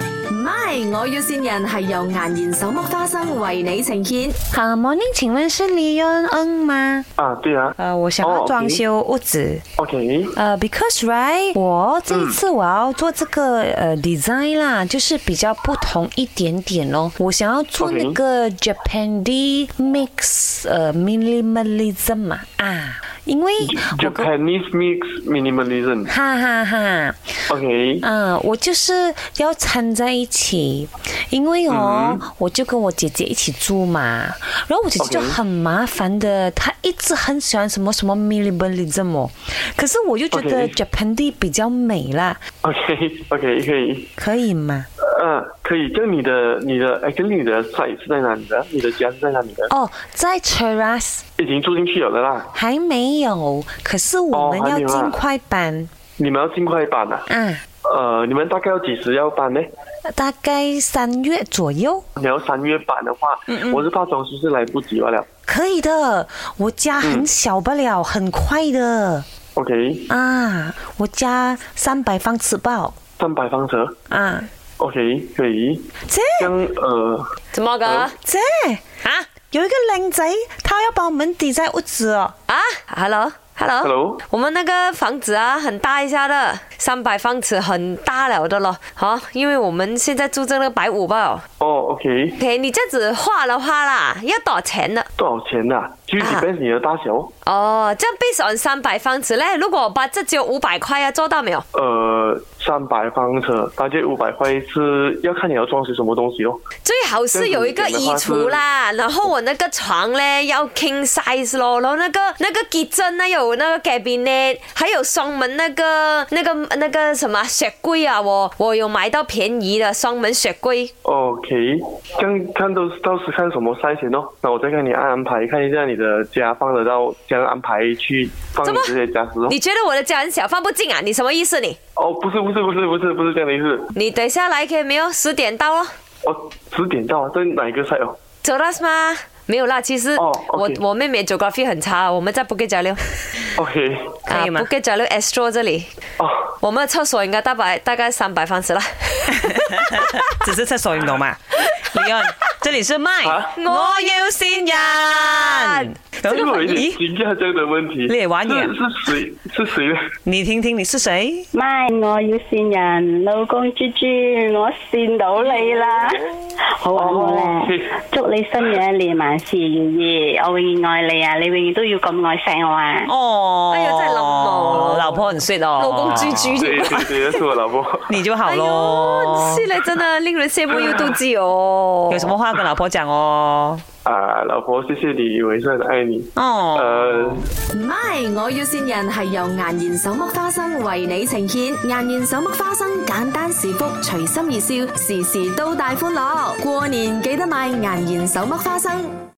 咪，我要善人係由顏然手剝花生為你呈現。好，morning，请问是 Leon Ng 吗？啊，对啊呃，我想要哦装修屋子。 ，OK，呃、b e c a u s e 嗯 right，我这一次我要做这个呃、design 啦，就是比较不同一点点咯。我想要做 OK 那个 Japanese mix 呃、minimalism 嘛啊，因为我跟 Japanese mix minimalism， 哈哈哈。 OK，嗯，我就是要掺在一起，因为哦，我就跟我姐姐一起住嘛，然后我姐姐就 OK 很麻烦的，她一直很喜欢什么什么 minimalism，哦可是我就觉得 OK Japanese 比较美啦， OK OK 可以，可以吗？嗯，可以。就你的你的 actually 你的 site 是在哪里的？你的家是在哪里的？哦，在 Cheras 已经住进去有了啦。还没有，可是我们哦还要没有啊尽快搬你们要尽快搬啊？啊，呃，你们大概要几时要搬呢？大概三月左右。你要三月搬的话，我是怕装修是来不及罢了。可以的，我家很小不了，很快的 OK，啊！我家三百方尺爆三百方尺啊！ ，OK 可以。姐这样呃，怎么个好啊姐，有一个靓仔，他要帮我们抵在屋子哦。啊？Hello。Hello，, Hello 我们那个房子啊，很大一下的，三百方尺，很大了的咯，好、因为我们现在住这个百五吧。哦 OK， OK，你这样子画的话啦，要多少钱呢？多少钱呐？就 depends 你的大小。哦，这样 based on 三百方尺嘞，如果把这只有五百块啊，做到没有？呃，三百方尺，大概五百块是要看你要装修什么东西哦。最好是有一个衣橱啦，然后我那个床嘞要 king size 咯，然后那个那个 kitchen 呢有那个 cabinet，还有双门那个那个那个什么雪柜啊，我我有买到便宜的双门雪柜。 OK，这样看都到时看什么赛前哦。那我再看你按安排，看一下你的家放得到，这样安排去放怎你么这些家私哦你。觉得我的家很小放不进啊？你什么意思你？哦，不是不是不是不是不是这样的意思。你等一下来可以没有？十点到哦。哦，十点到啊，在哪一个赛哦？走了是吗？没有啦，其实我、哦，OK 我妹妹 geography 很差，我们在 Bukit Jalil， OK，可以吗 b u k i t Jalil Astro 这里，哦，我们的厕所应该大概大概三百方尺啦。只是厕所运动 嘛。李安，这里是麦，啊我要善人。这个我有点咦，惊讶这样的问题。列完是眼是谁是谁呢？你听听你是谁？咪，我要善人，老公豬豬，我善到你啦，好啊好哦咧，祝你新嘅一年萬事如意，我永遠愛你啊，你永遠都要咁愛錫我啊！哦，哎呦真係冧喎老婆很 sweet 哦，老公居 居 对对对，是我老婆。你就好哎喽呦，。是嘞，真的令人羡慕又妒忌哦。有什么话要跟老婆讲哦？啊，老婆，谢谢你，我也是很爱你。哦。呃。咪，我要善人係由顏然手剝花生為你呈現。顏然手剝花生，簡單是福，隨心而笑，時時都大歡樂。過年記得買顏然手剝花生。